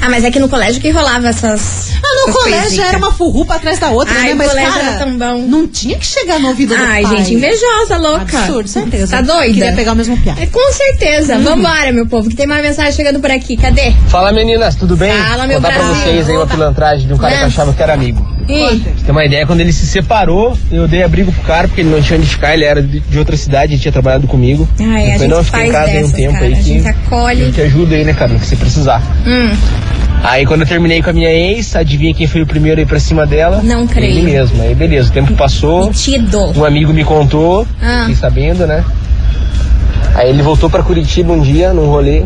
Speaker 1: Ah, mas é que no colégio que rolava essas.
Speaker 2: Ah, no
Speaker 1: essas
Speaker 2: colégio
Speaker 1: coisitas.
Speaker 2: era uma furrupa atrás da outra,
Speaker 1: Ai,
Speaker 2: né? Mas,
Speaker 1: colégio
Speaker 2: cara,
Speaker 1: era tão bom.
Speaker 2: não tinha que chegar no ouvido
Speaker 1: Ai,
Speaker 2: do pai.
Speaker 1: gente, invejosa, louca.
Speaker 2: Absurdo, certeza.
Speaker 1: Tá doida?
Speaker 2: Queria pegar o mesmo piá. Uhum.
Speaker 1: É, com certeza. Vambora, meu povo, que tem mais mensagem chegando por aqui. Cadê?
Speaker 11: Fala meninas, tudo bem?
Speaker 1: Fala, meu
Speaker 11: Contar pra
Speaker 1: Brasil.
Speaker 11: vocês aí uma pilantragem de um cara que
Speaker 1: Ah.
Speaker 11: eu achava que era amigo.
Speaker 1: Ih,
Speaker 11: Pra Você tem uma ideia, quando ele se separou, eu dei abrigo pro cara, porque ele não tinha onde ficar, ele era de de outra cidade e tinha trabalhado comigo.
Speaker 1: Ai, a
Speaker 11: eu falei,
Speaker 1: gente
Speaker 11: não, fica em
Speaker 1: faz
Speaker 11: casa aí um
Speaker 1: dessas,
Speaker 11: tempo
Speaker 1: cara.
Speaker 11: aí
Speaker 1: A
Speaker 11: que
Speaker 1: gente acolhe.
Speaker 11: eu te ajuda aí, né, cara, no que você precisar.
Speaker 1: hum.
Speaker 11: Aí quando eu terminei com a minha ex, adivinha quem foi o primeiro a ir pra cima dela?
Speaker 1: Não creio.
Speaker 11: Ele mesmo. Aí beleza, o tempo passou.
Speaker 1: Metido.
Speaker 11: Um amigo me contou,
Speaker 1: Ah.
Speaker 11: fiquei sabendo, né? Aí ele voltou pra Curitiba um dia, num rolê.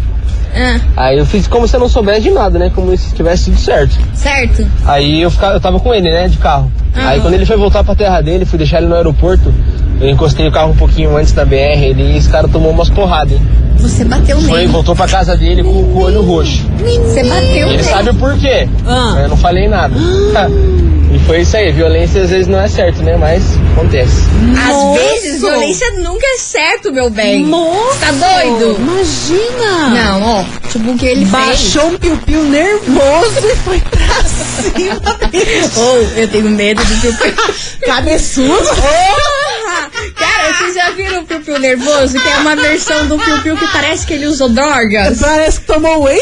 Speaker 1: Ah,
Speaker 11: Aí eu fiz como se eu não soubesse de nada, né? Como se tivesse tudo certo.
Speaker 1: certo.
Speaker 11: Aí eu, ficava, eu tava com ele, né, de carro.
Speaker 1: Ah.
Speaker 11: Aí quando ele foi voltar pra terra dele, fui deixar ele no aeroporto, eu encostei o carro um pouquinho antes da BR, ele, esse cara tomou umas porradas, hein?
Speaker 1: Você bateu
Speaker 11: Foi,
Speaker 1: nele.
Speaker 11: voltou pra casa dele com, com o olho roxo.
Speaker 1: Você bateu
Speaker 11: Ele
Speaker 1: nele. Ah.
Speaker 11: sabe o porquê.
Speaker 2: Ah.
Speaker 11: mas Eu não falei nada. e foi isso aí, violência às vezes não é certo, né? Mas acontece.
Speaker 1: Às vezes,
Speaker 2: Nossa.
Speaker 1: violência nunca é certo, meu bem.
Speaker 2: Nossa!
Speaker 1: Tá doido?
Speaker 2: Imagina!
Speaker 1: Não, ó. Tipo, o que ele fez.
Speaker 2: Baixou um piu-piu nervoso e foi pra cima bicho.
Speaker 1: Oh, eu tenho medo do piu-piu.
Speaker 2: Cabeçudo.
Speaker 1: Porra! Cara, vocês já viram o piu-piu nervoso? Que é uma versão do piu-piu que parece que ele usou drogas.
Speaker 2: Parece que tomou whey.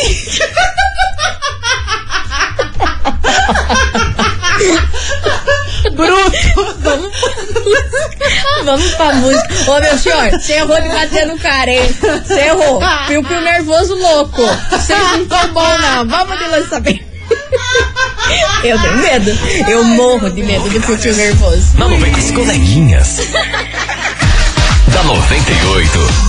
Speaker 2: Bruto.
Speaker 1: Vamos pra música. Ô, meu senhor, você errou de bater no cara, hein? Você errou. Piu-piu nervoso louco. Vocês não estão bom, não. Vamos de lançamento. Eu tenho medo. Eu morro de medo do piu-piu nervoso.
Speaker 4: Na 90, as coleguinhas. da 98.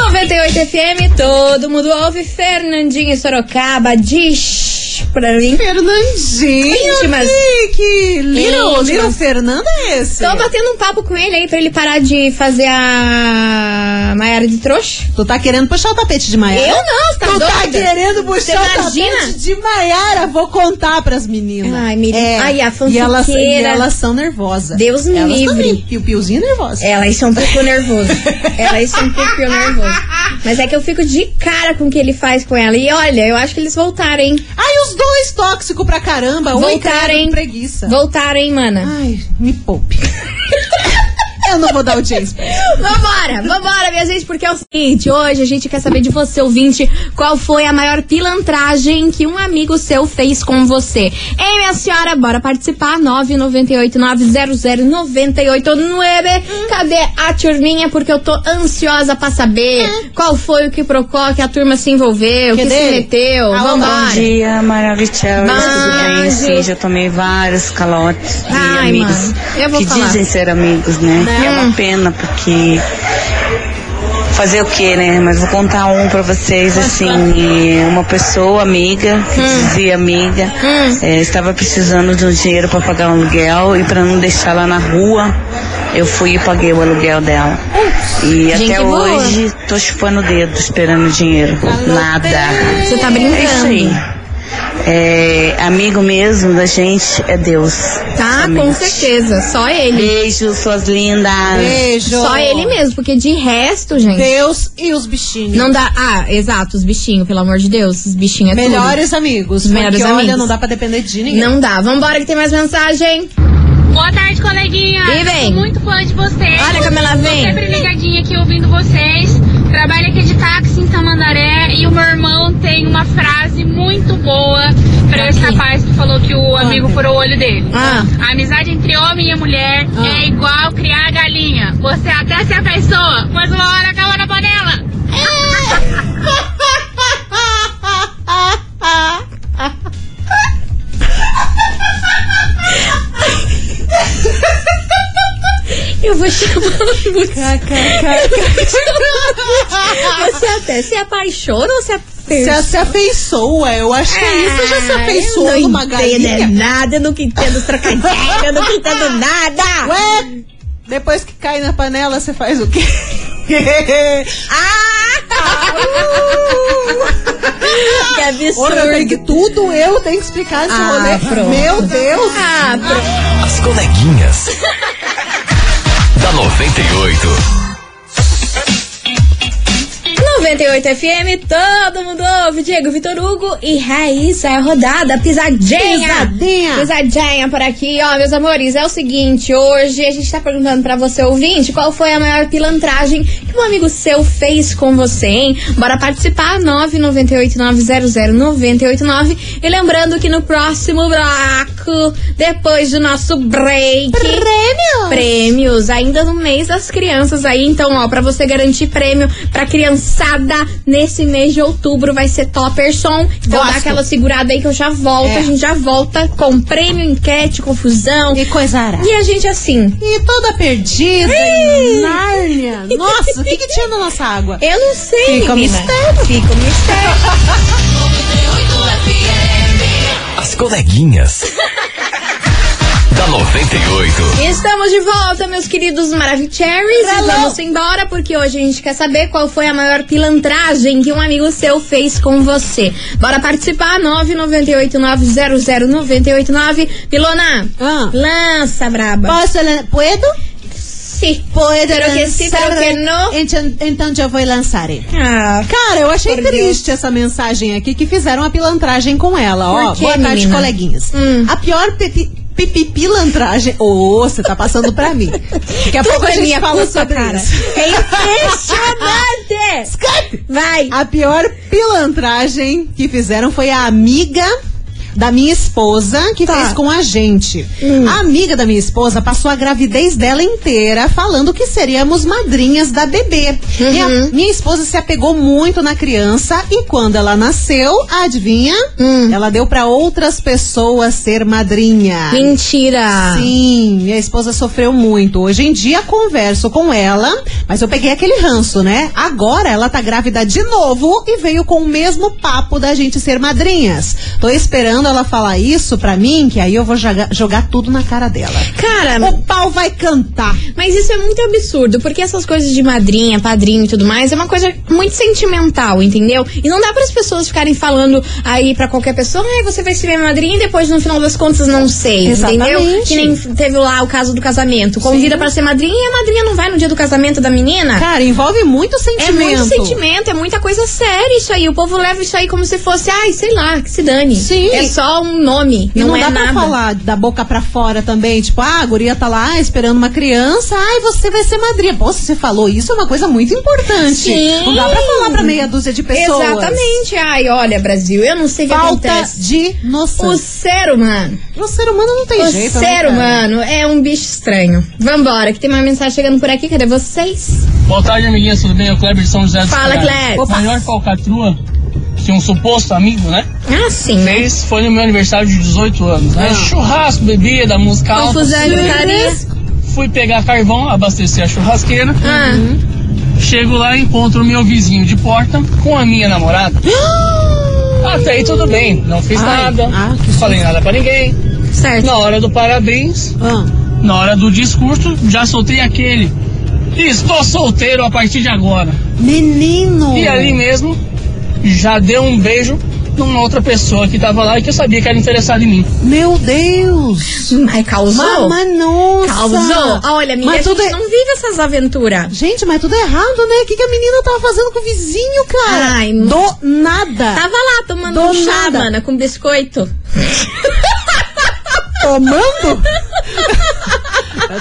Speaker 1: 98 FM, todo mundo ouve. Fernandinho e Sorocaba diz pra mim.
Speaker 2: Fernandinho.
Speaker 1: Íntimas.
Speaker 2: Que little,
Speaker 1: Íntimas.
Speaker 2: little Fernanda é esse?
Speaker 1: Tô batendo um papo com ele aí pra ele parar de fazer a Maiara de trouxa.
Speaker 2: Tu tá querendo puxar o tapete de Maiara?
Speaker 1: Eu não, você tá
Speaker 2: Tu tá
Speaker 1: doida?
Speaker 2: querendo puxar
Speaker 1: Você
Speaker 2: o
Speaker 1: imagina?
Speaker 2: tapete de Maiara? Vou contar pras meninas.
Speaker 1: Ai, menina. Ai, a
Speaker 2: É. e
Speaker 1: fanfiqueira.
Speaker 2: elas, e elas são nervosas.
Speaker 1: Deus me
Speaker 2: elas
Speaker 1: livre.
Speaker 2: Também, piu-piuzinho nervosa.
Speaker 1: Elas são um pouco nervoso. Elas são um pouco nervoso. Mas é que eu fico de cara com o que ele faz com ela. E olha, eu acho que eles voltaram, hein?
Speaker 2: Ai, os dois tóxicos pra caramba. Um
Speaker 1: Voltaram,
Speaker 2: em
Speaker 1: hein?
Speaker 2: preguiça.
Speaker 1: Voltaram, hein, mana?
Speaker 2: Ai, me poupe. Eu não vou dar audiência. pra isso.
Speaker 1: Vambora, vambora, minha gente, porque é o seguinte: hoje a gente quer saber de você, ouvinte, qual foi a maior pilantragem que um amigo seu fez com você. Ei, minha senhora, bora participar. 998-900-989. Cadê a turminha? Porque eu tô ansiosa pra saber
Speaker 2: Hum.
Speaker 1: qual foi o que procó, que a turma se envolveu,
Speaker 2: Quer
Speaker 1: que se
Speaker 2: dele?
Speaker 1: meteu.
Speaker 2: Alô,
Speaker 1: Vambora.
Speaker 5: dia, maravilhosa.
Speaker 1: Tudo bem? Sim,
Speaker 5: assim, já tomei vários calotes
Speaker 1: de Ai, amigos mano, eu vou que falar. dizem
Speaker 5: ser amigos, né?
Speaker 1: Né? É uma
Speaker 5: pena, porque Fazer o que, né? Mas vou contar um pra vocês, assim, uma pessoa, amiga, que
Speaker 1: Hum.
Speaker 5: dizia amiga, eh, estava precisando de um dinheiro pra pagar um aluguel e pra não deixar lá na rua, eu fui e paguei o aluguel dela. E
Speaker 1: Gente
Speaker 5: até
Speaker 1: boa.
Speaker 5: hoje tô chupando o dedo esperando o dinheiro. Nada.
Speaker 1: Você tá
Speaker 5: É isso aí.
Speaker 1: brincando.
Speaker 5: É, amigo mesmo da gente é Deus.
Speaker 1: Tá, com
Speaker 5: Somente.
Speaker 1: certeza. Só ele.
Speaker 5: Beijo, suas lindas.
Speaker 2: Beijo.
Speaker 1: Só ele mesmo, porque de resto, gente.
Speaker 2: Deus e os bichinhos.
Speaker 1: Não dá. Ah, exato, os bichinhos, pelo amor de Deus. Os bichinhos é tudo.
Speaker 2: Melhores amigos.
Speaker 1: Os melhores
Speaker 2: porque, olha,
Speaker 1: amigos.
Speaker 2: não dá pra depender de ninguém.
Speaker 1: Não dá. Vambora que tem mais mensagem.
Speaker 12: Boa tarde, coleguinha.
Speaker 1: E vem.
Speaker 12: Sou muito fã de vocês.
Speaker 1: Olha como ela
Speaker 12: Tô
Speaker 1: vem.
Speaker 12: sempre ligadinha aqui ouvindo vocês. Trabalho aqui de táxi em Tamandaré e o meu irmão tem uma frase muito boa pra esse rapaz que falou que o amigo furou o olho dele.
Speaker 1: Ah.
Speaker 12: A amizade entre homem e mulher é igual criar galinha. Você até se afeiçoa, mas uma hora acaba na panela.
Speaker 1: Eu vou chamar o Putz. Você até se apaixona ou se
Speaker 2: Se, se afeiçoa, eu acho que é isso. Você já se afeiçoou
Speaker 1: eu
Speaker 2: numa galinha?
Speaker 1: Não entendo é né? nada, eu nunca entendo os trocadilhos, eu nunca entendo nada.
Speaker 2: Ué, depois que cai na panela, você faz o quê?
Speaker 1: Ah! Que absurdo.
Speaker 2: Olha, tem Uh! que tudo eu tenho que explicar esse
Speaker 1: Ah,
Speaker 2: rolê.
Speaker 1: pronto.
Speaker 2: Meu Deus.
Speaker 1: Ah,
Speaker 4: As coleguinhas. da 98.
Speaker 1: 98 FM, todo mundo ouve. Diego Vitor Hugo e Raíssa é rodada, pisadinha.
Speaker 2: Pisadinha.
Speaker 1: Pisadinha por aqui, ó, meus amores. É o seguinte, hoje a gente tá perguntando pra você ouvinte qual foi a maior pilantragem que um amigo seu fez com você, hein? Bora participar, 998900989. E lembrando que no próximo bloco, depois do nosso break. Prêmios! Prêmios, ainda no mês das crianças aí. Então, ó, pra você garantir prêmio pra criançada nesse mês de outubro, vai ser topper som. Então
Speaker 2: Gosto.
Speaker 1: dá aquela segurada aí que eu já volto.
Speaker 2: É.
Speaker 1: A gente já volta com prêmio, enquete, confusão.
Speaker 2: E coisara.
Speaker 1: E a gente assim.
Speaker 2: E toda perdida,
Speaker 1: Ei.
Speaker 2: em Nárnia. Nossa, o que, que tinha na nossa água?
Speaker 1: Eu não sei,
Speaker 2: Fica o
Speaker 1: menina.
Speaker 2: mistério.
Speaker 1: Fica o mistério.
Speaker 4: As coleguinhas. da 98.
Speaker 1: Estamos de volta, meus queridos Maravicheries. E vamos embora, porque hoje a gente quer saber qual foi a maior pilantragem que um amigo seu fez com você. Bora participar, 998900989. Pilona,
Speaker 2: Ah.
Speaker 1: lança, braba.
Speaker 2: Posso, lan- puedo?
Speaker 1: Sim.
Speaker 2: Puedo
Speaker 1: Pero que sí, pero que no.
Speaker 2: Então, então já vou lançar.
Speaker 1: Ah,
Speaker 2: Cara, eu achei
Speaker 1: Por
Speaker 2: triste essa mensagem aqui que fizeram a pilantragem com ela. Ó,
Speaker 1: Por quê,
Speaker 2: boa tarde,
Speaker 1: menina?
Speaker 2: coleguinhas.
Speaker 1: Hum.
Speaker 2: A pior pipi, pipi- pilantragem. Ô, você tá passando pra mim. Daqui a pouco a
Speaker 1: é
Speaker 2: gente
Speaker 1: minha
Speaker 2: fala
Speaker 1: culpa,
Speaker 2: sobre
Speaker 1: cara.
Speaker 2: isso.
Speaker 1: É impressionante! Vai!
Speaker 2: A pior pilantragem que fizeram foi a amiga da minha esposa
Speaker 1: Tá.
Speaker 2: que fez com a gente.
Speaker 1: Hum.
Speaker 2: A amiga da minha esposa passou a gravidez dela inteira falando que seríamos madrinhas da bebê. E a
Speaker 1: Uhum.
Speaker 2: minha esposa se apegou muito na criança e quando ela nasceu, adivinha?
Speaker 1: Hum.
Speaker 2: Ela deu pra outras pessoas ser madrinha.
Speaker 1: Mentira!
Speaker 2: Sim, minha esposa sofreu muito. Hoje em dia converso com ela, mas eu peguei aquele ranço, né? Agora ela tá grávida de novo e veio com o mesmo papo da gente ser madrinhas. Tô esperando ela falar isso pra mim, que aí eu vou jogar, jogar tudo na cara dela.
Speaker 1: Cara,
Speaker 2: O pau vai cantar.
Speaker 1: Mas isso é muito absurdo, porque essas coisas de madrinha, padrinho e tudo mais é uma coisa muito sentimental, entendeu? E não dá para as pessoas ficarem falando aí pra qualquer pessoa, ai, você vai ser minha madrinha e depois no final das contas não sei, entendeu?
Speaker 2: Exatamente.
Speaker 1: Que nem teve lá o caso do casamento. Convida pra ser madrinha e a madrinha não vai no dia do casamento da menina.
Speaker 2: Cara, envolve muito sentimento.
Speaker 1: É muito sentimento, é muita coisa séria isso aí. O povo leva isso aí como se fosse, ai, sei lá, que se dane.
Speaker 2: Sim.
Speaker 1: É só um nome,
Speaker 2: E não,
Speaker 1: não, é
Speaker 2: dá
Speaker 1: nada.
Speaker 2: pra falar da boca pra fora também, tipo, ah, a guria tá lá esperando uma criança, ai, você vai ser madrinha. Pô, se você falou isso, é uma coisa muito importante.
Speaker 1: Sim.
Speaker 2: Não dá pra falar pra meia dúzia de pessoas.
Speaker 1: Exatamente. Ai, olha, Brasil, eu não sei o que
Speaker 2: Falta
Speaker 1: acontece.
Speaker 2: de noção.
Speaker 1: O ser humano.
Speaker 2: O ser humano não tem
Speaker 1: O
Speaker 2: jeito. né,
Speaker 1: ser
Speaker 2: cara?
Speaker 1: humano é um bicho estranho. Vambora, que tem uma mensagem chegando por aqui. Cadê vocês?
Speaker 6: Boa tarde, amiguinhas, tudo bem? É o Kleber de São José dos
Speaker 1: Fala,
Speaker 6: Pinhais.
Speaker 1: Kleber. Opa.
Speaker 6: A maior falcatrua que um suposto amigo, né?
Speaker 1: Ah, sim. né? Ah.
Speaker 6: Fez foi no meu aniversário de 18 anos. Né? Churrasco, bebida, música alta.
Speaker 1: Confusão e gritaria.
Speaker 6: Fui pegar carvão, abastecer a churrasqueira.
Speaker 1: Ah.
Speaker 6: Chego lá e encontro o meu vizinho de porta com a minha namorada. Até aí tudo bem, não fiz
Speaker 2: Ai,
Speaker 6: nada,
Speaker 2: ah, que
Speaker 6: não falei nada pra ninguém.
Speaker 1: Certo.
Speaker 6: Na hora do parabéns,
Speaker 2: Ah,
Speaker 6: na hora do discurso, já soltei aquele. Estou solteiro a partir de agora.
Speaker 2: menino.
Speaker 6: E ali mesmo, já deu um beijo numa outra pessoa que tava lá e que eu sabia que era interessada em mim.
Speaker 2: Meu Deus.
Speaker 1: Ai, causou.
Speaker 2: Mama, nossa.
Speaker 1: Causou. Ah, Olha, amiga,
Speaker 2: mas
Speaker 1: a gente
Speaker 2: tudo é...
Speaker 1: não vive essas aventuras.
Speaker 2: Gente, mas tudo errado, né? O que, que a menina tava fazendo com o vizinho, cara?
Speaker 1: Ai, não-
Speaker 2: Do nada.
Speaker 1: Tava lá tomando
Speaker 2: Do
Speaker 1: um chá,
Speaker 2: nada.
Speaker 1: mana, com biscoito.
Speaker 2: Tomando?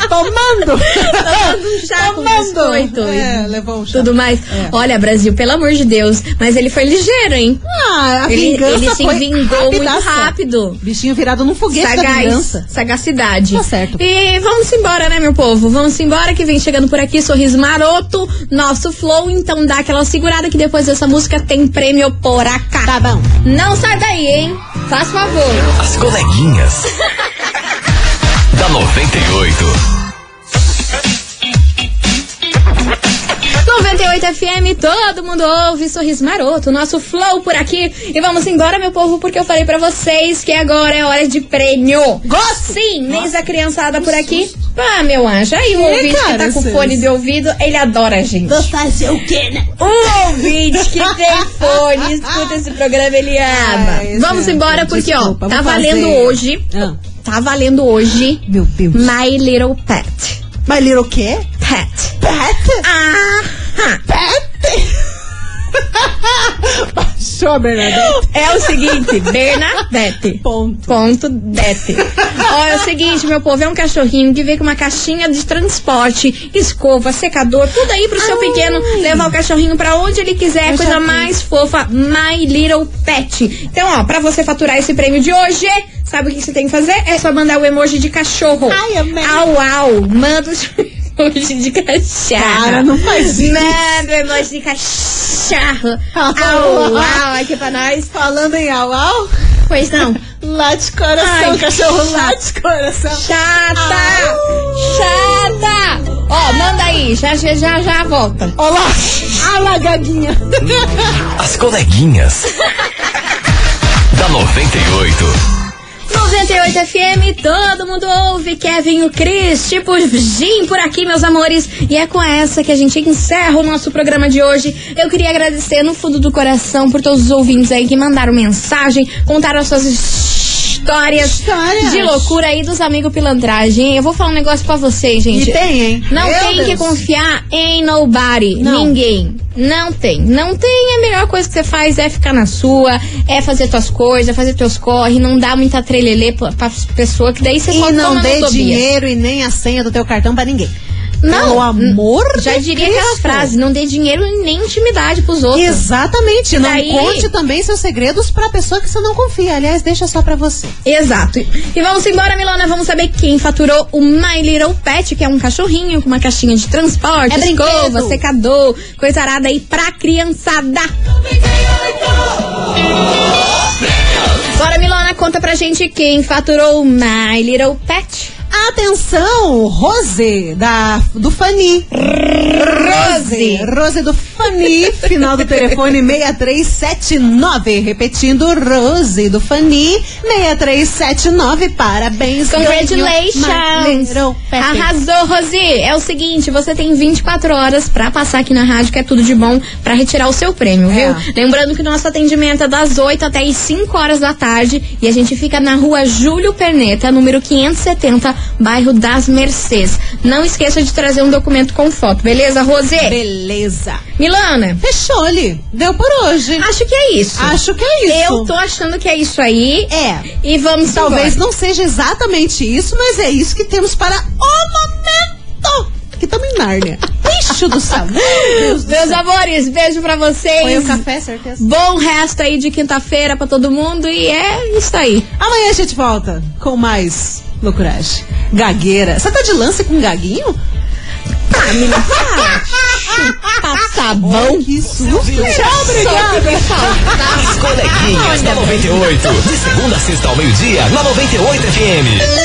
Speaker 2: Tomando!
Speaker 1: Um chá com biscoito.
Speaker 2: É,
Speaker 1: e
Speaker 2: levou um chá.
Speaker 1: Tudo mais. Olha, Brasil, pelo amor de Deus. Mas ele foi ligeiro, hein?
Speaker 2: Ah, a
Speaker 1: Ele,
Speaker 2: vingança
Speaker 1: ele se
Speaker 2: foi
Speaker 1: vingou muito
Speaker 2: rapidaça.
Speaker 1: rápido.
Speaker 2: Bichinho virado num foguete da
Speaker 1: Sagaz,
Speaker 2: vingança.
Speaker 1: sagacidade.
Speaker 2: Tá certo.
Speaker 1: E vamos embora, né, meu povo? Vamos embora que vem chegando por aqui, sorriso maroto, nosso flow. Então dá aquela segurada que depois dessa música tem prêmio por acá.
Speaker 2: Tá bom.
Speaker 1: Não sai daí, hein? Faz favor.
Speaker 4: As coleguinhas. da 98.
Speaker 1: 98 FM, todo mundo ouve, sorriso maroto, nosso flow por aqui. E vamos embora, meu povo, porque eu falei pra vocês que agora é hora de prêmio.
Speaker 2: Gosto!
Speaker 1: Sim, mês da criançada por aqui. Ah, meu anjo, aí o ouvinte que tá com fone de ouvido, ele adora a gente.
Speaker 2: Vou fazer o quê, né?
Speaker 1: Um ouvinte que tem fone, escuta esse programa, ele ama.
Speaker 2: Ai,
Speaker 1: vamos
Speaker 2: gente,
Speaker 1: embora, porque,
Speaker 2: é, desculpa,
Speaker 1: ó, tá
Speaker 2: vou fazer- Ah.
Speaker 1: valendo hoje. Tá valendo hoje.
Speaker 2: Meu Deus.
Speaker 1: My Little Pet.
Speaker 2: My Little quê?
Speaker 1: Pet.
Speaker 2: Pet?
Speaker 1: Ah!
Speaker 2: Pet? Baixou, Bernadette.
Speaker 1: É o seguinte, Bernadette.
Speaker 2: Ponto.
Speaker 1: Ponto Dete. Ó, é o seguinte, meu povo, é um cachorrinho que vem com uma caixinha de transporte, escova, secador, tudo aí pro seu pequeno levar o cachorrinho pra onde ele quiser, coisa mais fofa, My Little Pet. Então, ó, pra você faturar esse prêmio de hoje, sabe o que você tem que fazer? É só mandar o emoji de cachorro.
Speaker 2: Ai, amei.
Speaker 1: Au, au, manda o emoji de cachorro.
Speaker 2: Cara, não faz isso.
Speaker 1: Manda o emoji de cachorro.
Speaker 2: Au,
Speaker 1: Au,
Speaker 2: au.
Speaker 1: au, aqui pra nós.
Speaker 2: Falando em au au,
Speaker 1: Pois não.
Speaker 2: late coração,
Speaker 1: Ai,
Speaker 2: cachorro late coração.
Speaker 1: Chata! Chata! Ó, manda aí, já, já, já, já volta.
Speaker 2: Olá, alagaguinha.
Speaker 4: As coleguinhas. da 98.
Speaker 1: 98 FM, todo mundo ouve Kevin o Chris, tipo Jim por aqui, meus amores. E é com essa que a gente encerra o nosso programa de hoje. Eu queria agradecer no fundo do coração por todos os ouvintes aí que mandaram mensagem, contaram as suas histórias,
Speaker 2: Histórias.
Speaker 1: de loucura aí dos amigos pilantragem. Eu vou falar um negócio pra vocês, gente.
Speaker 2: E tem, hein?
Speaker 1: Não
Speaker 2: Meu
Speaker 1: tem que
Speaker 2: Deus.
Speaker 1: confiar em nobody,
Speaker 2: Não.
Speaker 1: ninguém. Não tem. Não tem. A melhor coisa que você faz é ficar na sua, é fazer tuas coisas, fazer teus corre, não dá muita trelelê pra, pra pessoa, que daí você só
Speaker 2: E não
Speaker 1: toma
Speaker 2: dê
Speaker 1: no
Speaker 2: dinheiro e nem a senha do teu cartão pra ninguém.
Speaker 1: Não.
Speaker 2: Pelo amor
Speaker 1: Já
Speaker 2: de
Speaker 1: diria
Speaker 2: Cristo.
Speaker 1: aquela frase, não dê dinheiro e nem intimidade pros outros.
Speaker 2: Exatamente, não
Speaker 1: Daí-
Speaker 2: conte também seus segredos pra pessoa que você não confia. Aliás, deixa só pra você.
Speaker 1: Exato. E vamos embora, Milona. Vamos saber quem faturou o My Little Pet, que é um cachorrinho com uma caixinha de transporte,
Speaker 2: É brinquedo.
Speaker 1: escova, secador, coisa arada aí pra criançada. Bora, Milona, conta pra gente quem faturou o My Little Pet.
Speaker 2: Atenção, Rose da, do Fani. Rose. Rose do Fani, final do telefone 6379. Repetindo, Rose do Fani, 6379. Parabéns. ganhou My
Speaker 1: Congratulations!
Speaker 2: Little Pet.
Speaker 1: Arrasou, Rosi! É o seguinte, você tem 24 horas pra passar aqui na rádio, que é tudo de bom, pra retirar o seu prêmio,
Speaker 2: É.
Speaker 1: viu? Lembrando que o nosso atendimento é das 8 até as 5 horas da tarde e a gente fica na rua Júlio Perneta, número 570, bairro das Mercês. Não esqueça de trazer um documento com foto, beleza, Rosi?
Speaker 2: Beleza.
Speaker 1: Milana,
Speaker 2: Fechou ali. Deu por hoje.
Speaker 1: acho que é isso.
Speaker 2: Acho que é isso.
Speaker 1: Eu tô achando que é isso aí.
Speaker 2: É.
Speaker 1: E vamos
Speaker 2: Talvez
Speaker 1: embora.
Speaker 2: não seja exatamente isso, mas é isso que temos para o momento. Que estamos em né? Nárnia. Bicho do céu. Meu Deus do
Speaker 1: Meus
Speaker 2: céu.
Speaker 1: amores, beijo pra vocês.
Speaker 2: Foi um o café, certeza.
Speaker 1: Bom resto aí de quinta-feira pra todo mundo e é isso aí.
Speaker 2: Amanhã a gente volta com mais loucuragem. Gagueira. Você tá de lance com gaguinho?
Speaker 1: Tá, menina. Tá sabão.
Speaker 2: Olha que susto. Tchau,
Speaker 1: Só o
Speaker 2: obrigada.
Speaker 1: que faltava.
Speaker 4: As coleguinhas da 98. De segunda a sexta ao meio-dia, na 98 FM.